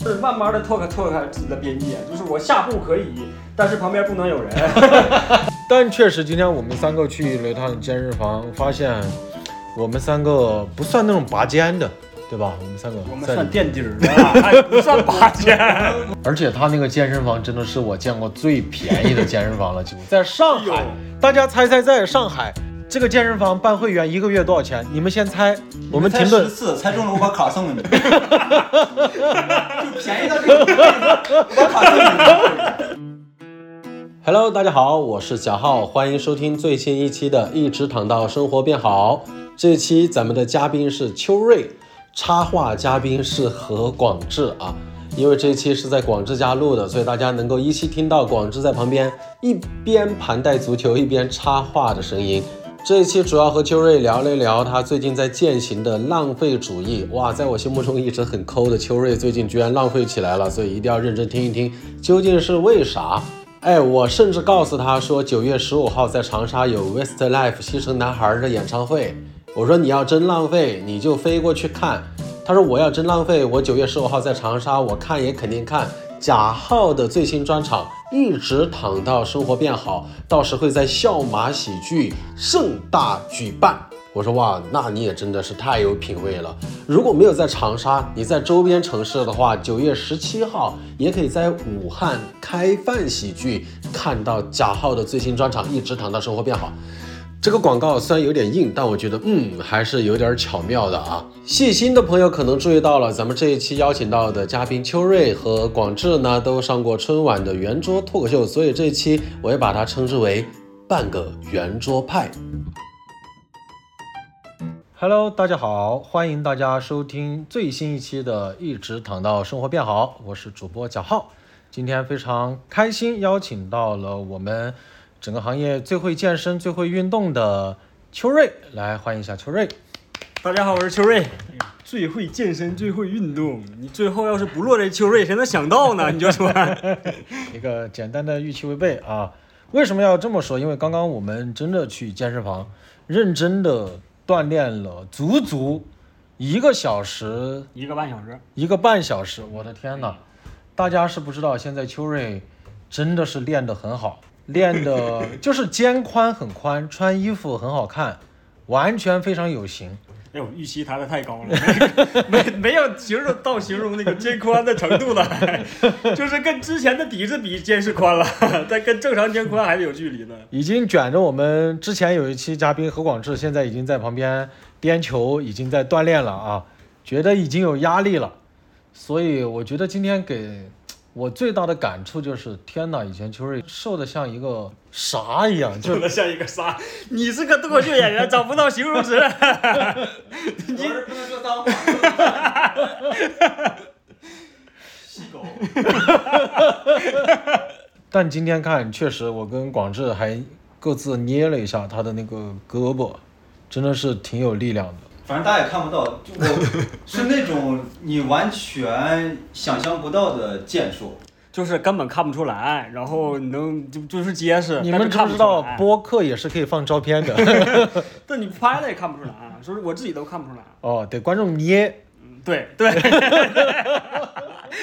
就是慢慢的拓开拓开自己的边界，就是我下步可以，但是旁边不能有人。但确实，今天我们三个去了一趟健身房，发现我们三个不算那种拔尖的，对吧？我们三个， 我们算垫底 儿的，还哎不 算拔尖。而且他那个健身房真的是我见过最便宜的健身房了，几乎在上海。大家猜猜，在上海这个健身房办会员一个月多少钱？你们先猜。我们停顿十，次，猜中了我把 卡送给你，就便宜到这个地步我把卡送给你。 Hello，大家好，我是小浩，欢迎收听最新一期的《一直躺到生活变好》。这期咱们的嘉宾是秋瑞，插画嘉宾是何广智啊。因为这一期是在广智家录的，所以大家能够依稀听到广智在旁边一边盘带足球一边插画的声音。这一期主要和秋瑞聊了一聊他最近在践行的浪费主义。哇，在我心目中一直很抠的秋瑞，最近居然浪费起来了，所以一定要认真听一听，究竟是为啥？哎，我甚至告诉他说，九月十五号在长沙有 Westlife 西城男孩的演唱会。我说你要真浪费，你就飞过去看。他说我要真浪费，我九月十五号在长沙，我看也肯定看。贾浩的最新专场一直躺到生活变好，到时会在笑马喜剧盛大举办。我说哇，那你也真的是太有品位了。如果没有在长沙，你在周边城市的话，九月十七号也可以在武汉开饭喜剧看到贾浩的最新专场《一直躺到生活变好》。这个广告虽然有点硬，但我觉得嗯还是有点巧妙的啊。细心的朋友可能注意到了，咱们这一期邀请到的嘉宾秋瑞和广志呢都上过春晚的圆桌脱口秀，所以这一期我也把它称之为半个圆桌派。 Hello，大家好，欢迎大家收听最新一期的《一直躺到生活变好》，我是主播贾浩。今天非常开心，邀请到了我们整个行业最会健身、最会运动的秋瑞，来欢迎一下秋瑞。大家好，我是秋瑞，最会健身，最会运动。你最后要是不落这秋瑞，谁能想到呢？你就说，一个简单的预期违背啊。为什么要这么说？因为刚刚我们真的去健身房，认真的锻炼了足足一个小时 一个半小时，一个半小时，我的天呐！大家是不知道，现在秋瑞真的是练得很好，练的就是肩宽很宽，穿衣服很好看，完全非常有型。哎呦，预期抬得太高了， 没没有形容到形容那个肩宽的程度了， 就是跟之前的底子比，肩是宽了，但跟正常肩宽还是有距 离的。已经卷着我们之前有一期嘉宾何广智，现在已经在旁边颠球，已经在锻炼了啊，觉得已经有压力了，所以我觉得今天给我最大的感触就是，天哪，以前秋瑞瘦的像一个啥一样，就整的像一个啥？ 你是个脱口秀演员，找不到形容词。我是不能说脏话。细狗，但今天看，确实我跟广志还各自捏了一下他的那个胳膊，真的是挺有力量的。反正大家也看不到，就我是那种你完全想象不到的健硕。 就是根本看不出来，然后能就就是结实，嗯你但们是知看不不知道出来，播客也是可以放照片的？但你拍了也看不出来，啊说是我自己都看不出来。哦，对，观众捏。嗯对对，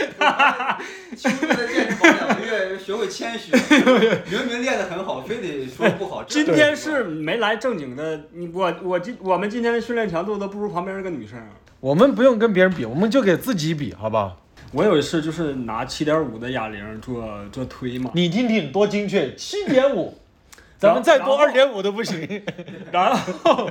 秋哥在健身房两个月，学会谦虚，明明练得很好，非得说不好。 今天是没来正经的，你我我今我们今天的训练强度都不如旁边那个女生。啊我们不用跟别人比，我们就给自己比，好吧？我有一次就是拿七点五的哑铃 做做推嘛，你听听多精确，七点五， 咱们再多然二点五都不行。然后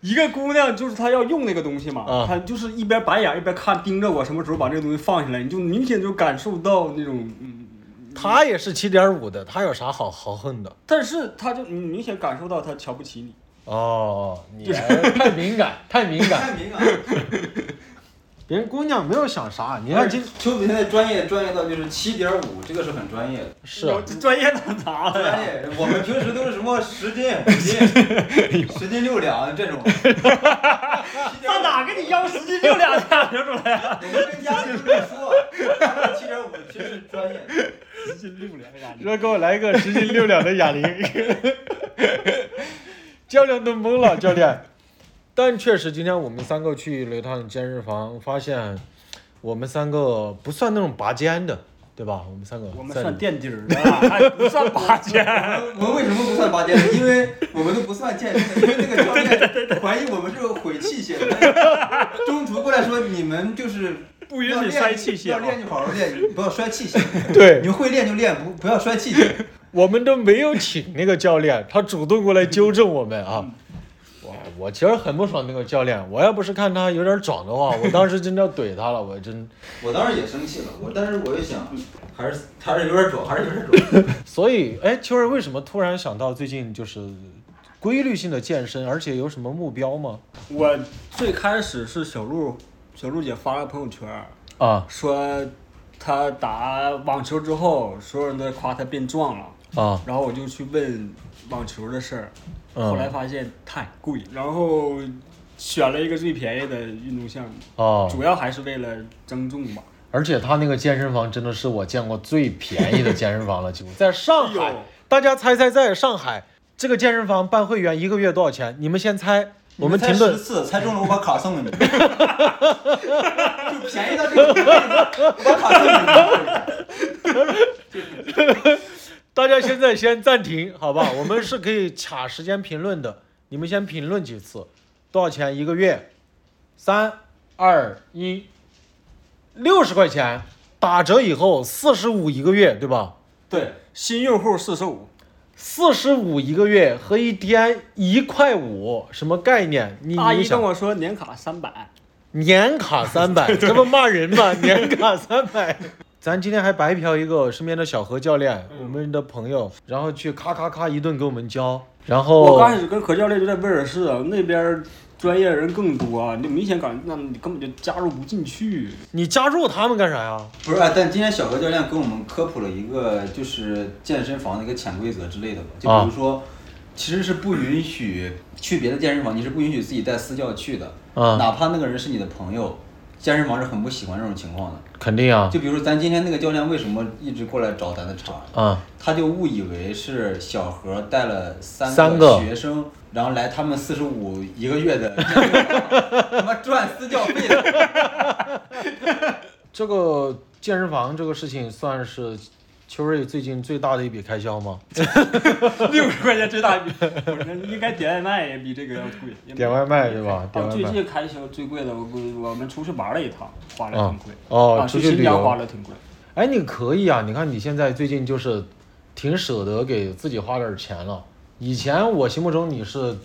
一个姑娘就是她要用那个东西嘛，啊她就是一边白眼一边看盯着我，什么时候把这个东西放下来，你就明显就感受到那种嗯。 他也是七点五的，他有啥好豪横的？但是她就你明显感受到她瞧不起你，哦，你太敏感， 太敏感，太敏啊感了。别人姑娘没有想啥， 你看今啊秋子现在专业专业到就是七点五，这个是很专业的。是啊这专业到哪了呀？专业，我们平时都是什么十斤、五斤、 十斤六两这种。上哪给你要十斤六两的？刘主任，我们跟家里这么说，七点五平时专业。十斤六两呀！说给我来一个十斤六两的哑铃， 教练都懵了，教练。但确实，今天我们三个去了一趟健身房，发现我们三个不算那种拔尖的，对吧？我们三个我们在算垫底儿的 了，还不算拔尖。我们为什么不算拔尖呢？因为我们都不算健身的，因为那个教练怀疑我们是毁器械的，中途过来说你们就是不允要许练摔器械要练就好好练，不要摔器械。对你会练就练，不不要摔器械。我们都没有请那个教练，他主动过来纠正我们啊。我我其实很不爽那个教练，我要不是看他有点壮的话， 我当时真的要怼他了，我真。我当时也生气了，我但是我又想，还是还是有点壮，还是有点壮。所以，哎，秋儿为什么突然想到最近就是规律性的健身，而且有什么目标吗？我最开始是小鹿，小鹿姐发了朋友圈儿，啊说她打网球之后，所有人都在夸她变壮了。啊，然后我就去问网球的事儿，嗯后来发现太贵，然后选了一个最便宜的运动项目，哦，主要还是为了增重吧。而且他那个健身房真的是我见过最便宜的健身房了，几乎在上哎呦海。大家猜猜，在上海这个健身房办会员一个月多少钱？你们先猜，我们才停十顿。次，猜中了我把卡送给你， 就便宜到这个地步，我把卡送给你。大家现在先暂停，好吧？我们是可以卡时间评论的，你们先评论几次，多少钱一个月？三二一，六十块钱，打折以后四十五一个月，对吧？对，新用户四十五，四十五一个月和一天一块五，什么概念？你阿你姨跟想，我说年卡三百，年卡三百，这不骂人 吗？年卡三百。咱今天还白嫖一个身边的小何教练，我们的朋友，然后去咔咔咔一顿给我们教，然后我刚开始跟何教练就在威尔士啊，那边儿专业人更多啊，你就明显感觉那你根本就加入不进去。你加入他们干啥呀？不是，啊，但今天小何教练跟我们科普了一个就是健身房的一个潜规则之类的吧，就比如啊说，其实是不允许去别的健身房，你是不允许自己带私教去的，啊哪怕那个人是你的朋友，健身房是很不喜欢这种情况的。肯定啊，就比如说咱今天那个教练为什么一直过来找咱的茬，啊，他就误以为是小何带了三三个学生，然后来他们四十五一个月的健身房，他妈赚私教费的。这个健身房这个事情算是秋瑞最近最大的一笔开销吗？ 六十块钱最大一笔，我说应该点外卖也比这个要贵。也点外卖对吧？点啊，外最卖。近开销最贵的，我估我们出去玩了一趟，花了挺贵。哦啊出去去新旅疆游花了挺贵。哎，你可以啊！你看你现在最近就是挺舍得给自己花点钱了。以前我心目中你是，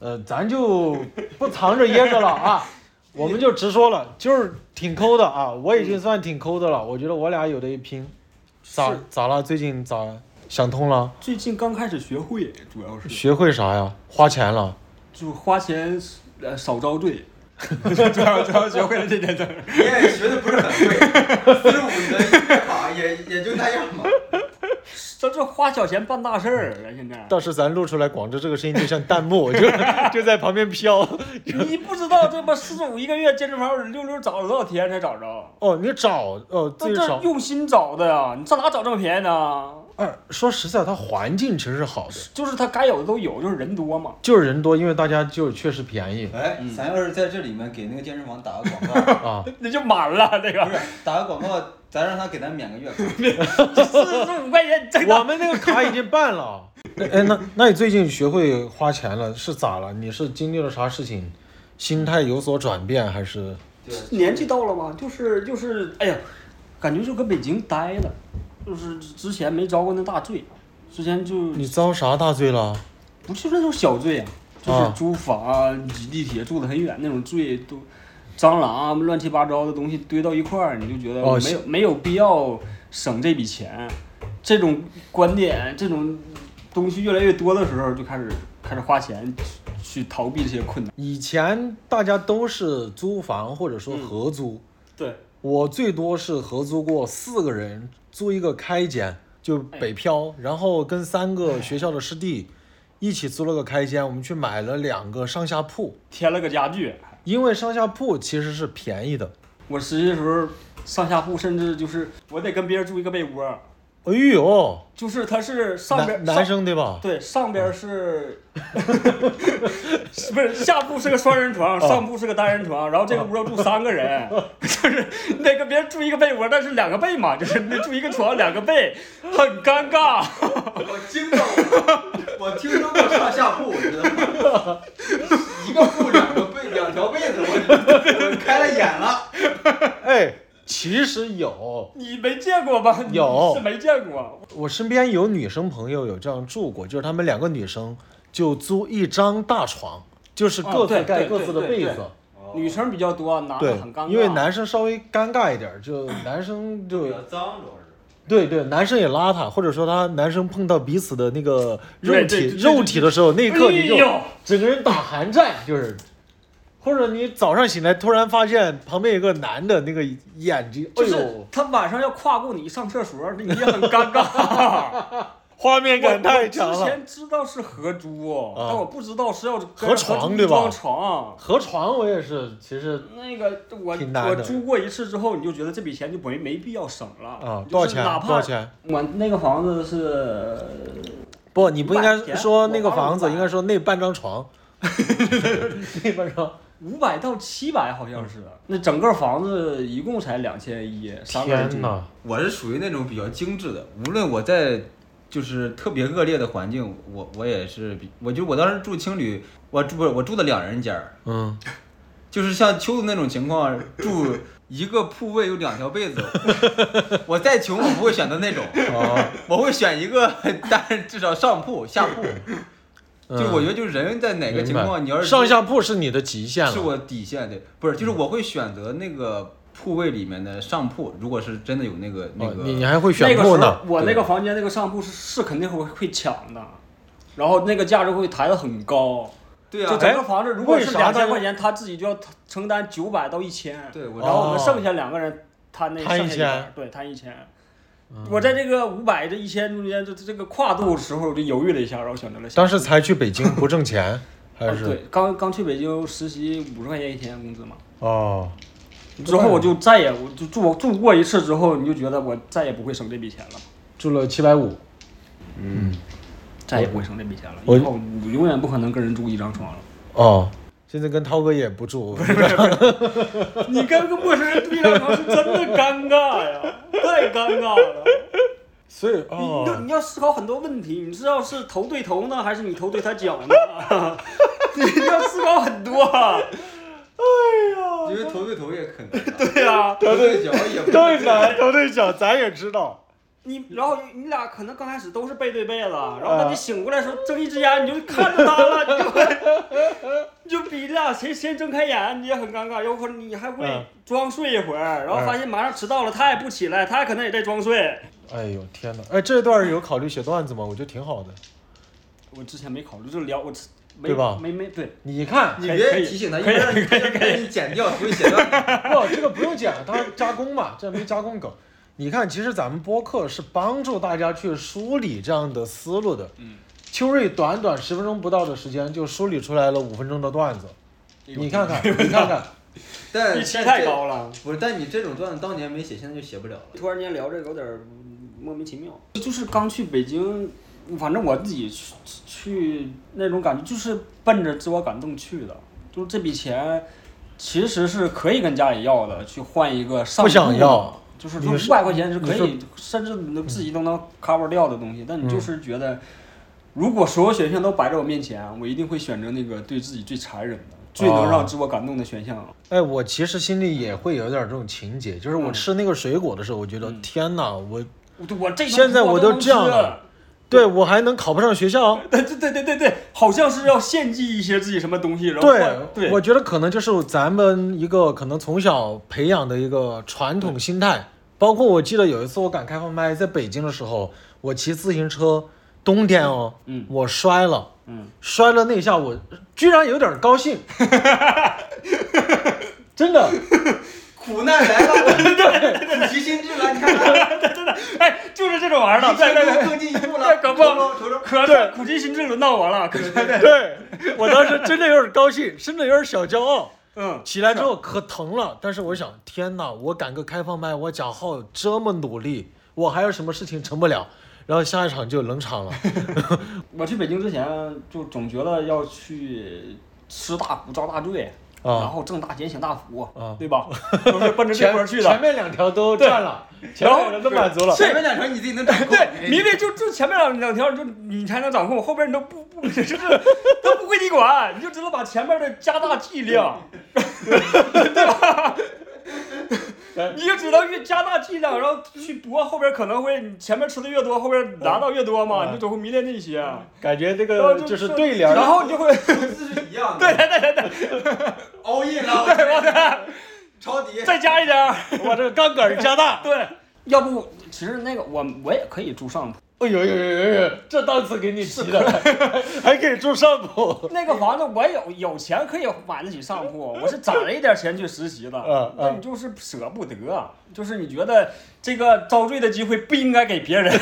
呃，咱就不藏着掖着 了啊，我们就直说了，就是挺抠的啊。我已经算挺抠的了，我觉得我俩有的一拼。咋是咋了？最近咋想通了？最近刚开始学会，主要是学会啥呀？花钱了。就花钱呃少遭罪， 主要主要学会了这件事儿。你也学的不是很会，四十五的一个卡也也就那样嘛。这这花小钱办大事儿啊！现 在到时咱录出来广州这个声音就像弹 幕，就就在旁边飘。你不知道这不四十五一个月健身房溜溜找了多少天才找着？哦，你找哦，自这己这找。用心找的呀，你上哪找这么便宜呢？二说实在，它环境其实是好的。就是他该有的都有，就是人多嘛。就是人多，因为大家就是确实便 宜 哎，咱要是在这里面给那个健身房打个广告，啊。 那就满了那 不个是打个广告，咱让他给咱免个月卡。四十五块钱挣我到们那个卡已经办 了。哎，那那你最近学会花钱了，是咋了？你是经历了啥事情，心态有所转变，还是对，年纪到了嘛，就是就是，哎呀，感觉就跟北京待了，就是之前没遭过那大罪，之前就你遭啥大罪了？不是那种小罪啊，就啊是租房啊、挤地铁住的很远那种罪，都蟑螂啊、乱七八糟的东西堆到一块儿，你就觉得哦没有、没有必要省这笔钱。这种观点、这种东西越来越多的时候，就开始开始花钱去去逃避这些困难。以前大家都是租房或者说合租，对，我最多是合租过四个人，租一个开间，就北哎漂，然后跟三个学校的师弟一起租了个开间，我们去买了两个上下铺，添了个家具。因为上下铺其实是便宜的。我实习的时候上下铺，甚至就是我得跟别人住一个被窝，哎呦，就是它是上边男男上生对吧？对上边是， 不是下铺是个双人啊床，上铺是个单人床，然后这个屋要住三个人，就是那个别人住一个被窝，但是两个被嘛，就是那住一个床两个被，很尴尬。我惊到我，我听说过上下铺，你知道吗？嗯一个铺两个被，两条被子，我我开了眼了。哎，其实有，你没见过吧？你有是没见过，我身边有女生朋友有这样住过，就是她们两个女生就租一张大床，就是哦各自对盖对各自的对对被对子。女生比较多，男的对很尴尬，，啊因为男生稍微尴尬一点儿，就男生就脏，主要是。对对，男生也邋遢，或者说他男生碰到彼此的那个肉对体对对肉体的时候，那一刻你就哎呦整个人打寒战，就是，或者你早上醒来突然发现旁边有个男的，那个眼睛，哎就是呦，他晚上要跨过你上厕所，你也 很尴尬。画面感太强我之了。前知道是合租，啊但我不知道是要跟合床合租对吧装床。河床我也是，其实那个我挺难我的租过一次之后，你就觉得这笔钱就没没必要省了啊，就是多少钱？哪多怕少钱？我那个房子是不，你不应500该钱说那个房我子，花了500应该说那半张床，那半张。五百到七百，好像嗯是。那整个房子一共才两千一，三个人住天。哪！我是属于那种比较精致的，无论我在就是特别恶劣的环境，我我也是比，我就我当时住青旅，我住不是我住的两人间儿，嗯，就是像秋子那种情况，住一个铺位有两条被子， 我再穷我不会选择那种，哦，我会选一个单人至少上铺下铺，嗯就是我觉得就是人在哎哪个情明白况，你要是上下铺是你的极限了，嗯是我底线对，不是就是我会选择那个铺位里面的上铺，如果是真的有那个那哦个，你你还会那选个铺时呢候？我那个房间那个上铺是是肯定会会抢的，然后那个价值会抬得很高。对就啊，整个房子，如果是哎为啥两大家千块钱，他自己就要承担九百到一千。对我然后我哦们剩下两个人摊那摊剩下1000 100对，摊一千。嗯我在这个五百这一千中间，这这个跨度的时候，我就犹豫了一下，然后选择了下当时才去北 京不挣钱，还啊是对，刚刚去北京实习五十块钱一天工资嘛，哦，之后我就再也我就住住过一次之后，你就觉得我再也不会省这笔钱了，住了七百五。再也不会省这笔钱了，我以后我永远不可能跟人住一张床了。哦，现在跟涛哥也不住，你跟个陌生人住一张床是真的尴尬呀，太尴尬了。 所以你就哦，你要思考很多问题，你知道是头对头呢，还是你头对他脚 呢？你要思考很多啊。哦 因为头对头也很 难，啊对啊呀、头对脚也不对男都对脚，咱也知道。你然后你俩可能刚开始都是背对背了，然后当啊你醒过来的时候，睁一只眼你就看着他了，你就会， 你就比你俩谁先睁开眼，你也很尴尬。有可能你还会嗯装睡一会儿，然后发现马上迟到了，他也不起来，他可能也在装睡。哎呦天哪！哎，这段有考虑写段子吗？我觉得挺好的。我之前没考虑，就聊我没对吧没没对，你看， 你可以可别以提醒他，因可以为让你让你剪掉，不会剪 掉。不，这个不用讲，他加工嘛，这没加工梗。你看，其实咱们播客是帮助大家去梳理这样的思路的。嗯，秋瑞短短十分钟不到的时间就梳理出来了五分钟的段子，你看 看，你看看，但预期但太这高了。不是，但你这种段子当年没写，现在就写不了了。突然间聊这个有点儿嗯莫名其妙，就是刚去北京，反正我自己去去那种感觉，就是奔着自我感动去的，就是这笔钱其实是可以跟家里要的，去换一个上不想路要，就是你说是五百块钱是可你以，甚至你都自己都能 cover 掉的东西，但嗯你就是觉得，如果所有选项都摆在我面前，我一定会选择那个对自己最残忍的、最哦能让自我感动的选项。哎，我其实心里也会有点这种情节，就是我嗯吃那个水果的时候，我觉得、嗯天哪，我我我这现在我我都能这样吃了对我还能考不上学校？对对对对对对，好像是要献祭一些自己什么东西，然后对换，对我觉得可能就是咱们一个可能从小培养的一个传统心态。包括我记得有一次我赶开放麦，在北京的时候，我骑自行车，冬天哦，嗯我摔了，嗯，摔了那一下我居然有点高兴，真的，苦难来了， 我苦其心志了，你看看，哎，就是这种玩意儿了，对对对，更进一步了了，搞不好瞅瞅，可对是苦尽心志轮到我了，可是对我当时真的有点高兴，甚至有点小骄傲。嗯，起来之后可疼了，但是我想，天哪，我赶个开放麦，我贾浩这么努力，我还有什么事情成不了，然后下一场就 冷场了。我去北京之前就总觉得要去吃大苦遭大罪，啊然后挣大钱享大福，啊对 吧？都是奔着这前波去前的。面两条都占了，前面两条都满足了。前面两条你自己能掌控， 对，你得就就前面两两条，你就你才能掌控，后边你都不不 就是都不归你管，你就只能把前面的加大剂量， 对 吧？你就只能越加大剂量，然后去搏后边可能会你前面吃的越多，后边拿到越多嘛，嗯你就总会迷恋那些，感觉这然后个就就是对联儿然后你就会 数字是一样的。对对 对对，all in 了，对，我的抄底，再加一点儿，我这个杠杆儿加大。 对，要不其实那个我我也可以住上铺，哎呦呦呦呦 呦，这档次给你提的，还可以住上铺。 那个房子我有有钱可以买得起上铺，我是攒了一点钱去实习的，嗯那你就是舍不得，就是你觉得这个遭罪的机会不应该给别人。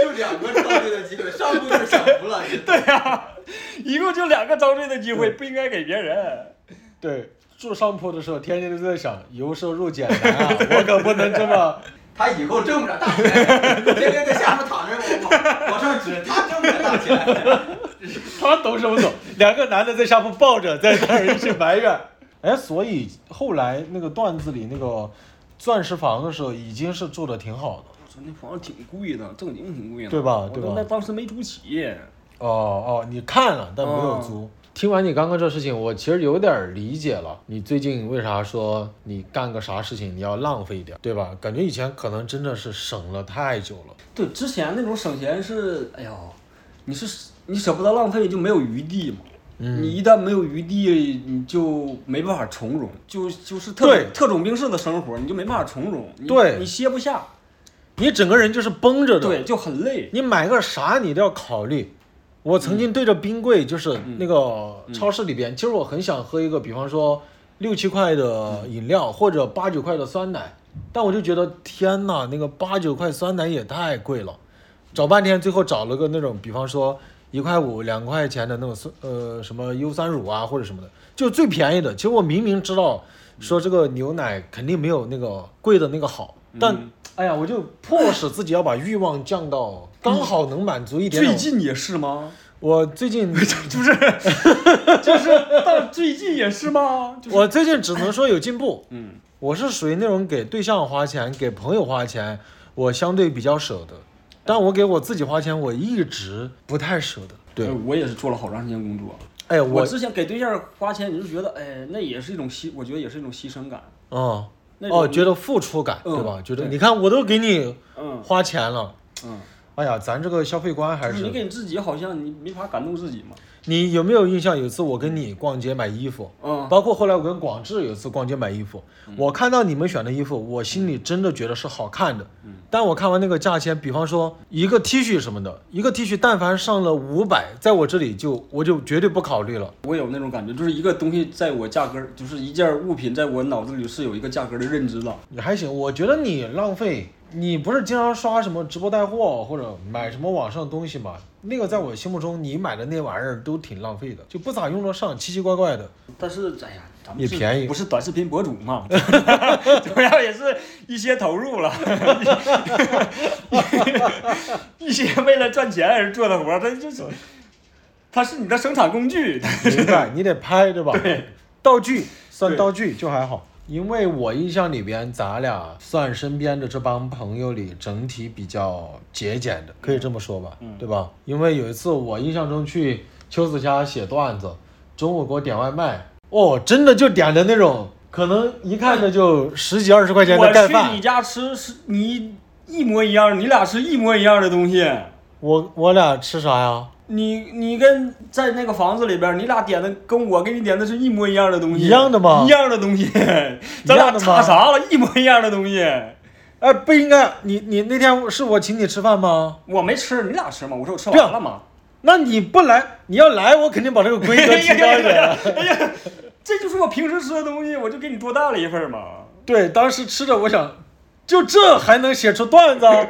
就两个抄底的机会，上步就享福了。对，一共就两个遭罪的机会，不应该给别人。对，住上铺的时候，天天都在想由奢入俭难啊，我可不能这么。他以后挣不着大钱， 天天在下面躺着，往往往上指，他挣不着大钱。他懂什么 懂？两个男的在下铺抱着，在那儿一起埋怨。 哎，所以后来那个段子里那个钻石房的时候，已经是住的挺好的。我说那房子挺贵的，正经挺贵的，对吧我对都吧那当时没住起，哦哦，你看了但没有租。哦听完你刚刚这事情，我其实有点儿理解了。你最近为啥说你干个啥事情你要浪费一点儿，对吧？感觉以前可能真的是省了太久了。对，之前那种省钱是，哎呦，你是你舍不得浪费，就没有余地嘛。嗯你一旦没有余地，你就没办法从容，就就是特对特种兵式的生活，你就没办法从容，你对你歇不下，你整个人就是绷着的，对，就很累。你买个啥你都要考虑。我曾经对着冰柜，就是那个超市里边，其实我很想喝一个，比方说六七块的饮料或者八九块的酸奶，但我就觉得天呐，那个八九块酸奶也太贵了，找半天，最后找了个那种，比方说一块五、两块钱的那种酸，呃，什么优酸乳啊或者什么的，就最便宜的。其实我明明知道说这个牛奶肯定没有那个贵的那个好，但、哎呀，我就迫使自己要把欲望降到刚好能满足一点点。最近也是 吗？我 最近，就是到最近也是吗？就是我最近只能说有进步。嗯，我是属于那种给对象花钱、给朋友花钱，我相对比较舍得，但我给我自己花钱，我一直不太舍得。对哎，我也是做了好长时间工作。哎，我我，之前给对象花钱，你就觉得，哎，那也是一种牺，我觉得也是一种牺牲感。嗯，那种哦，觉得付出感，嗯对吧？觉得对你看，我都给你嗯花钱了，嗯，哎呀，咱这个消费观还就是是你给你自己好像你没法感动自己嘛。你有没有印象？有一次我跟你逛街买衣服，嗯包括后来我跟广志有一次逛街买衣服，我看到你们选的衣服，我心里真的觉得是好看的。但我看完那个价钱，比方说一个 T 恤什么的，一个 T 恤但凡上了五百，在我这里就我就绝对不考虑了。我有那种感觉，就是一个东西在我价格儿，就是一件物品在我脑子里是有一个价格儿的认知的。你还行，我觉得你浪费，你不是经常刷什么直播带货或者买什么网上东西嘛？那个在我心目中，你买的那玩意儿都挺浪费的，就不咋用得上，奇奇怪怪的。但是，哎呀，咱们也是便宜不是短视频博主 嘛，怎么样也是一些投入了， 一些为了赚钱而做的活儿，它就是，它是你的生产工具。明白，你得拍对吧？对，道具算对道具就还好，因为我印象里边，咱俩算身边的这帮朋友里，整体比较节俭的，可以这么说吧，嗯对吧？因为有一次我印象中去秋子家写段子，中午给我点外卖，哦，真的就点的那种，可能一看着就十几二十块钱的我盖去你饭，家吃是你一模一样，你俩吃一模一样的东西。我我俩吃啥呀？你你跟在那个房子里边，你俩点的跟我给你点的是一模一样的东西，一样的吗一样的东西，咱一样俩的吗差啥了？一模一样的东西，哎，不应该，你你那天是我请你吃饭吗？我没吃，你俩吃吗？我说我吃完了吗？那你不来，你要来，我肯定把这个规格提高 一点。啊哎这就是我平时吃的东西，我就给你多带了一份嘛。对，当时吃的我想，就这还能写出段子啊，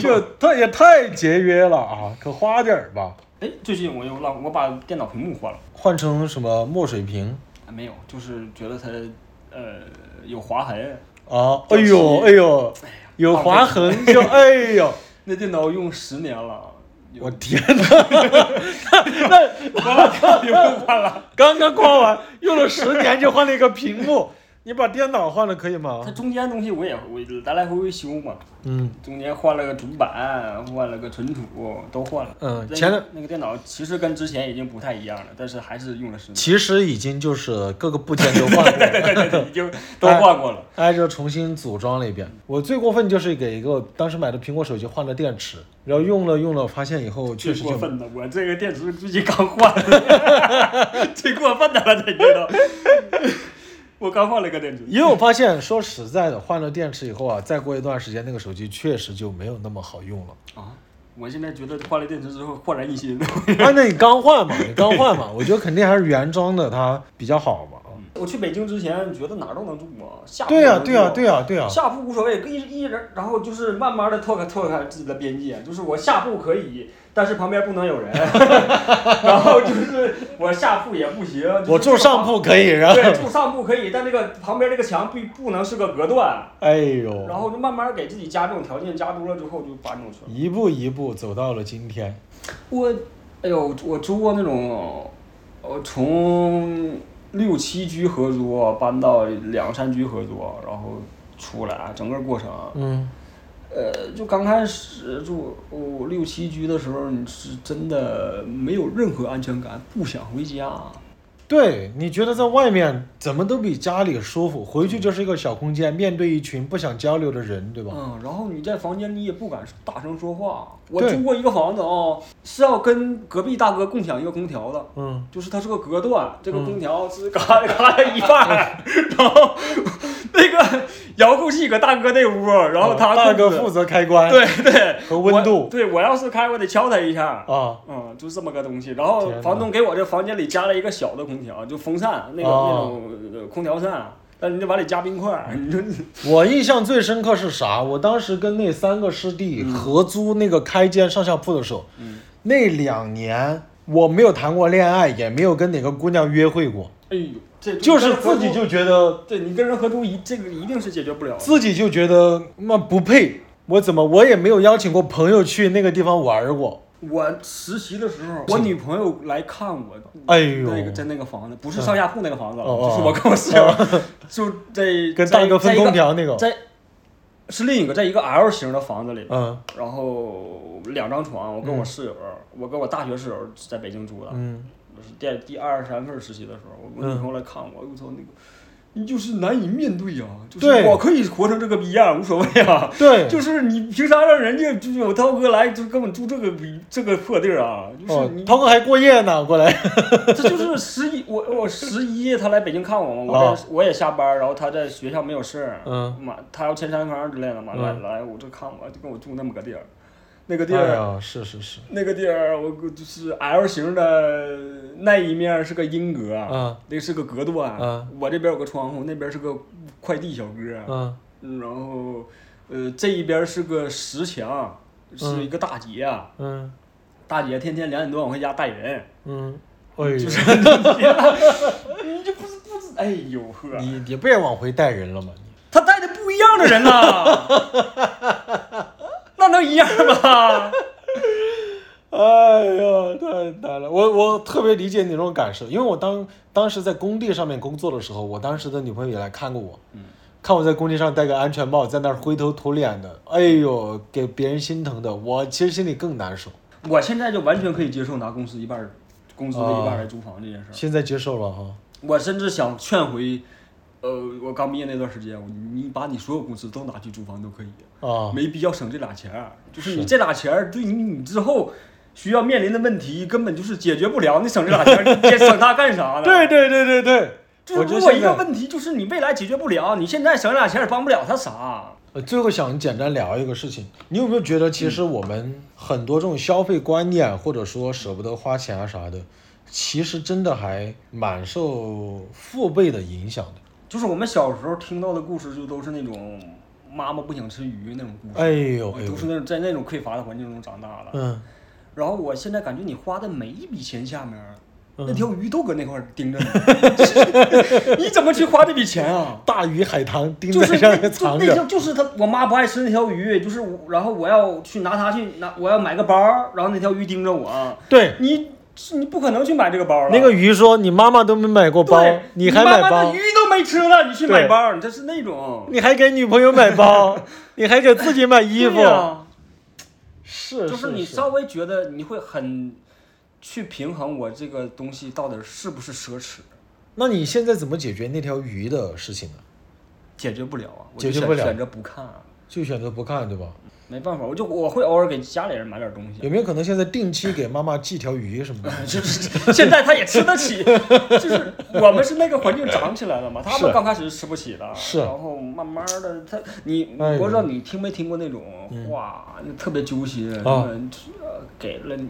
就太也太节约了啊，可花点儿吧。哎，最近我又浪，我把电脑屏幕换了，换成什么墨水屏？哎没有，就是觉得它，呃有划痕，啊，哎呦哎呦，有划痕就哎呦，那电脑用十年了，我天哪！那完了， 有用换了。刚刚刮完，用了十年就换了一个屏幕，你把电脑换了可以它吗？中间东西我也我来来回回修嘛，嗯中间换了个主板，换了个存储，都换了。嗯，那前个两那个电脑其实跟之前已经不太一样了，但是还是用了十年，其实已经就是各个部件都换过了，对对 对，已经都换过了。挨着重新组装了一遍。我最过分就是给一个当时买的苹果手机换了电池，然后用了用了，发现以后确最实过就分的，我这个电池最近刚换的，最过分的 了，这你知道？我刚换了个电池，因为我发现，说实在的，换了电池以后啊，再过一段时间，那个手机确实就没有那么好用了。啊，我现在觉得换了电池之后焕然一新。啊，那你刚换嘛，你刚换嘛，我觉得肯定还是原装的它比较好嘛。我去北京之前觉得哪儿都能住啊，下铺对呀、能住对呀、对呀、对呀、啊下铺无所谓，一一人，然后就是慢慢的拓开拓开自己的边界，就是我下铺可以，但是旁边不能有人， 然后就是我下铺也不行，就是我住上铺可以，这然个后房，对，住上铺可以，但这个旁边这个墙必不能是个隔断，哎呦，然后就慢慢给自己加这种条件，加多了之后就搬出去了。一步一步走到了今天。我，哎呦，我租过那种，呃，从六七居合租搬到两三居合租，然后出来整个过程，嗯，呃，就刚开始住五六七居的时候，你是真的没有任何安全感，不想回家。对，你觉得在外面怎么都比家里舒服，回去就是一个小空间，面对一群不想交流的人，对吧？嗯，然后你在房间你也不敢大声说话。我对住过一个房子啊、是要跟隔壁大哥共享一个空调的。嗯，就是它是个隔断，这个空调是嘎嘎的一半儿， 然后那个遥控器搁大哥那屋，然后他哦大哥控制负责开关，对对和温我度对我要是开我得敲他一下，啊，嗯，就这么个东西。然后天哪房东给我这房间里加了一个小的空调，就风扇那个、哦那种呃空调扇，但你得往里加冰块儿， 你说你我印象最深刻是啥？我当时跟那三个师弟合租那个开间上下铺的时候，嗯那两年我没有谈过恋爱，也没有跟哪个姑娘约会过，哎呦，这就是自己就觉得对你跟人合租一这个一定是解决不了的。自己就觉得那不配，我怎么我也没有邀请过朋友去那个地方玩儿过，我实习的时候，我女朋友来看我，哎呦那个在那个房子，不是上下铺那个房子，哦哦就是我跟我室友，就在跟大哥分空，调那在个，在一个在是另一个，在一个 L 型的房子里，嗯然后两张床，我跟我室友，我跟我大学室友在北京住的，嗯，就是第第二三份实习的时候，我嗯女朋友来看我，我操那个。你就是难以面对呀、就是对我可以活成这个逼样，无所谓啊。对，就是你平常让人家就有涛哥来，就跟我住这个逼这个破地儿啊，就是哦你、，涛哥还过夜呢，过来，这就是十一，我我十一他来北京看我嘛，我在、啊我也下班，然后他在学校没有事儿，嗯妈他要签三房之类的嘛，嗯来来我这看我就跟我住那么个地儿，那个地哎儿、呀，是是是，那个地儿我就是 L 型的那一面是个阴格，啊嗯那是个隔断，嗯我这边有个窗户，那边是个快递小哥，嗯嗯然后呃这一边是个石墙，是一个大姐，嗯大姐天天两点多往回家带人。嗯，哎呦， 你就不是不是，哎呦呵，你你不也往回带人了吗？你他带的不一样的人 呐，那能一样吗？哎呀，太难了！我我特别理解你那种感受，因为我当当时在工地上面工作的时候，我当时的女朋友也来看过我，看我在工地上戴个安全帽，在那儿灰头土脸的，哎呦，给别人心疼的，我其实心里更难受。我现在就完全可以接受拿公司一半儿工资的一半儿来租房这件事儿，现在接受了哈，我甚至想劝回，呃，我刚毕业那段时间，我你把你所有工资都拿去租房都可以，啊，没必要省这俩钱儿，就是你这俩钱儿对你你之后。需要面临的问题根本就是解决不了，你省这俩 钱儿，你节省它干啥呢？对对对对对，就是我觉如得果一现个在问题就是你未来解决不了，你现在省俩钱也帮不了他啥。呃最后想简单聊一个事情，你有没有觉得其实嗯我们很多这种消费观念，或者说舍不得花钱啊啥的，其实真的还蛮受父辈的影响的。就是我们小时候听到的故事，就都是那种妈妈不想吃鱼那种故事，哎呦哎都呦是，那种在那种匮乏的环境中长大的。嗯然后我现在感觉你花的每一笔钱下面，嗯那条鱼都搁那块儿盯着呢， 你怎么去花这笔钱啊？大鱼海棠钉就是在那上面藏就着，那条就是他，我妈不爱吃那条鱼，就是我，然后我要去拿它去拿，我要买个包儿，然后那条鱼盯着我，对，你你不可能去买这个包儿了。那个鱼说你妈妈都没买过包对，，你还还买包鱼，都没吃呢，你去买对包儿，你这是那种你还给女朋友买包，你还给自己买衣服对，呀是就是你是稍微觉得你会很去平衡我这个东西到底是不是奢侈，那你现在怎么解决那条鱼的事情呢？解决不了啊，我解就决选不了选择不看啊，就选择不看，对吧？没办法，我就我会偶尔给家里人买点东西啊。 有没有可能现在定期给妈妈寄条鱼什么的？就是 现在他也吃得起， 就是我们是那个环境长起来了嘛，他是们刚开始是吃不起的，是然后慢慢的他你我哎呦嗯不知道你听没听过那种话，就特别揪心，啊什么呃给了你，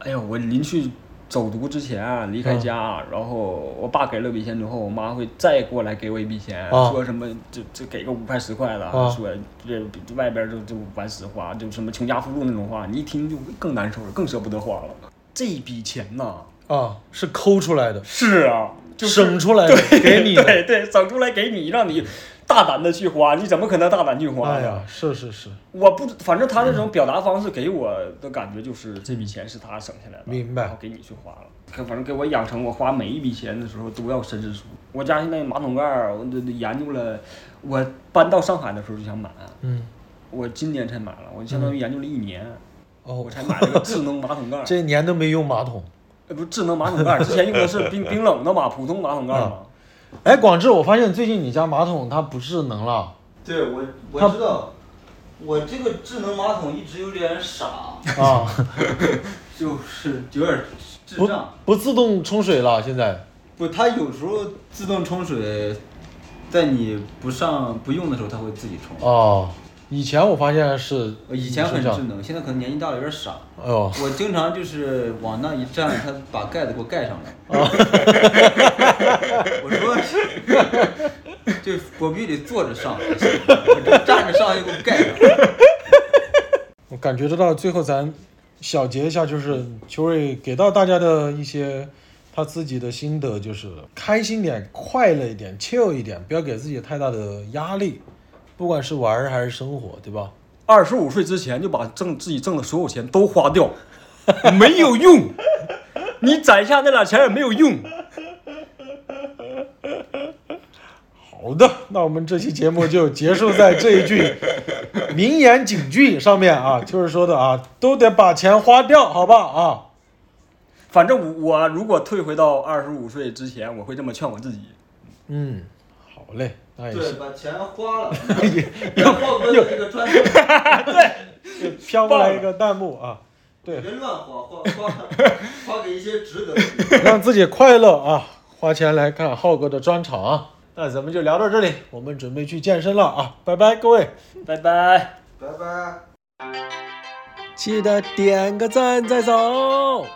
哎呦我临去。走读之前啊离开啊家，然后我爸给了笔钱之后，我妈会再过来给我一笔钱，啊说什么就就给个五块十块的，啊说这这外边就就完实花，就什么穷家富路那种话，你一听就更难受了，更舍不得花了。这笔钱呐，啊，是抠出来的，是啊，就是省出来的，给你的， 对对，整出来给你，让你大胆的去花，你怎么可能大胆去花哎呀，嗯是是是，我不，反正他那种表达方式给我的感觉就是这笔钱是他省下来的，明白然后给你去花了。可反正给我养成我花每一笔钱的时候都要深思熟虑。我家现在马桶盖儿，我都研究了，我搬到上海的时候就想买，嗯，我今年才买了，我相当于研究了一年，哦我，才买了个智能马桶盖儿。 这一年都没用马桶。呃，不是智能马桶盖儿，之前用的是 冰冰冷的嘛，普通马桶盖儿嘛。哎，广志，我发现最近你家马桶它不智能了，对我他我知道，我这个智能马桶一直有点傻，啊，就是有点智不障。不自动冲水了，现在不，它有时候自动冲水，在你不上不用的时候，它会自己冲。哦，以前我发现是我哦以前很是这智样，能，现在可能年纪大了有点傻。哎呦，我经常就是往那一站，它把盖子给我盖上了。我说，就我必须得坐着上，我这站着上就给我盖上。我感觉得到，最后咱小结一下，就是秋瑞给到大家的一些他自己的心得，就是开心点、快乐一点、chill 一点，不要给自己太大的压力，不管是玩儿还是生活，对吧？二十五岁之前就把挣自己挣的所有钱都花掉， 没有用。你攒下那俩钱也没有用。好的，那我们这期节目就结束在这一句名言警句上面啊，就是说的啊，都得把钱花掉，好吧啊。反正我我如果退回到二十五岁之前，我会这么劝我自己。嗯，好嘞，那也对，是把钱花了，然后哥这个砖头飘过来一个弹幕啊，对，别乱花，花花花给一些值得的地方。 让自己快乐啊，花钱来看浩哥的专场啊。那咱们就聊到这里，我们准备去健身了啊，拜拜各位。拜拜。拜拜。记得点个赞再走。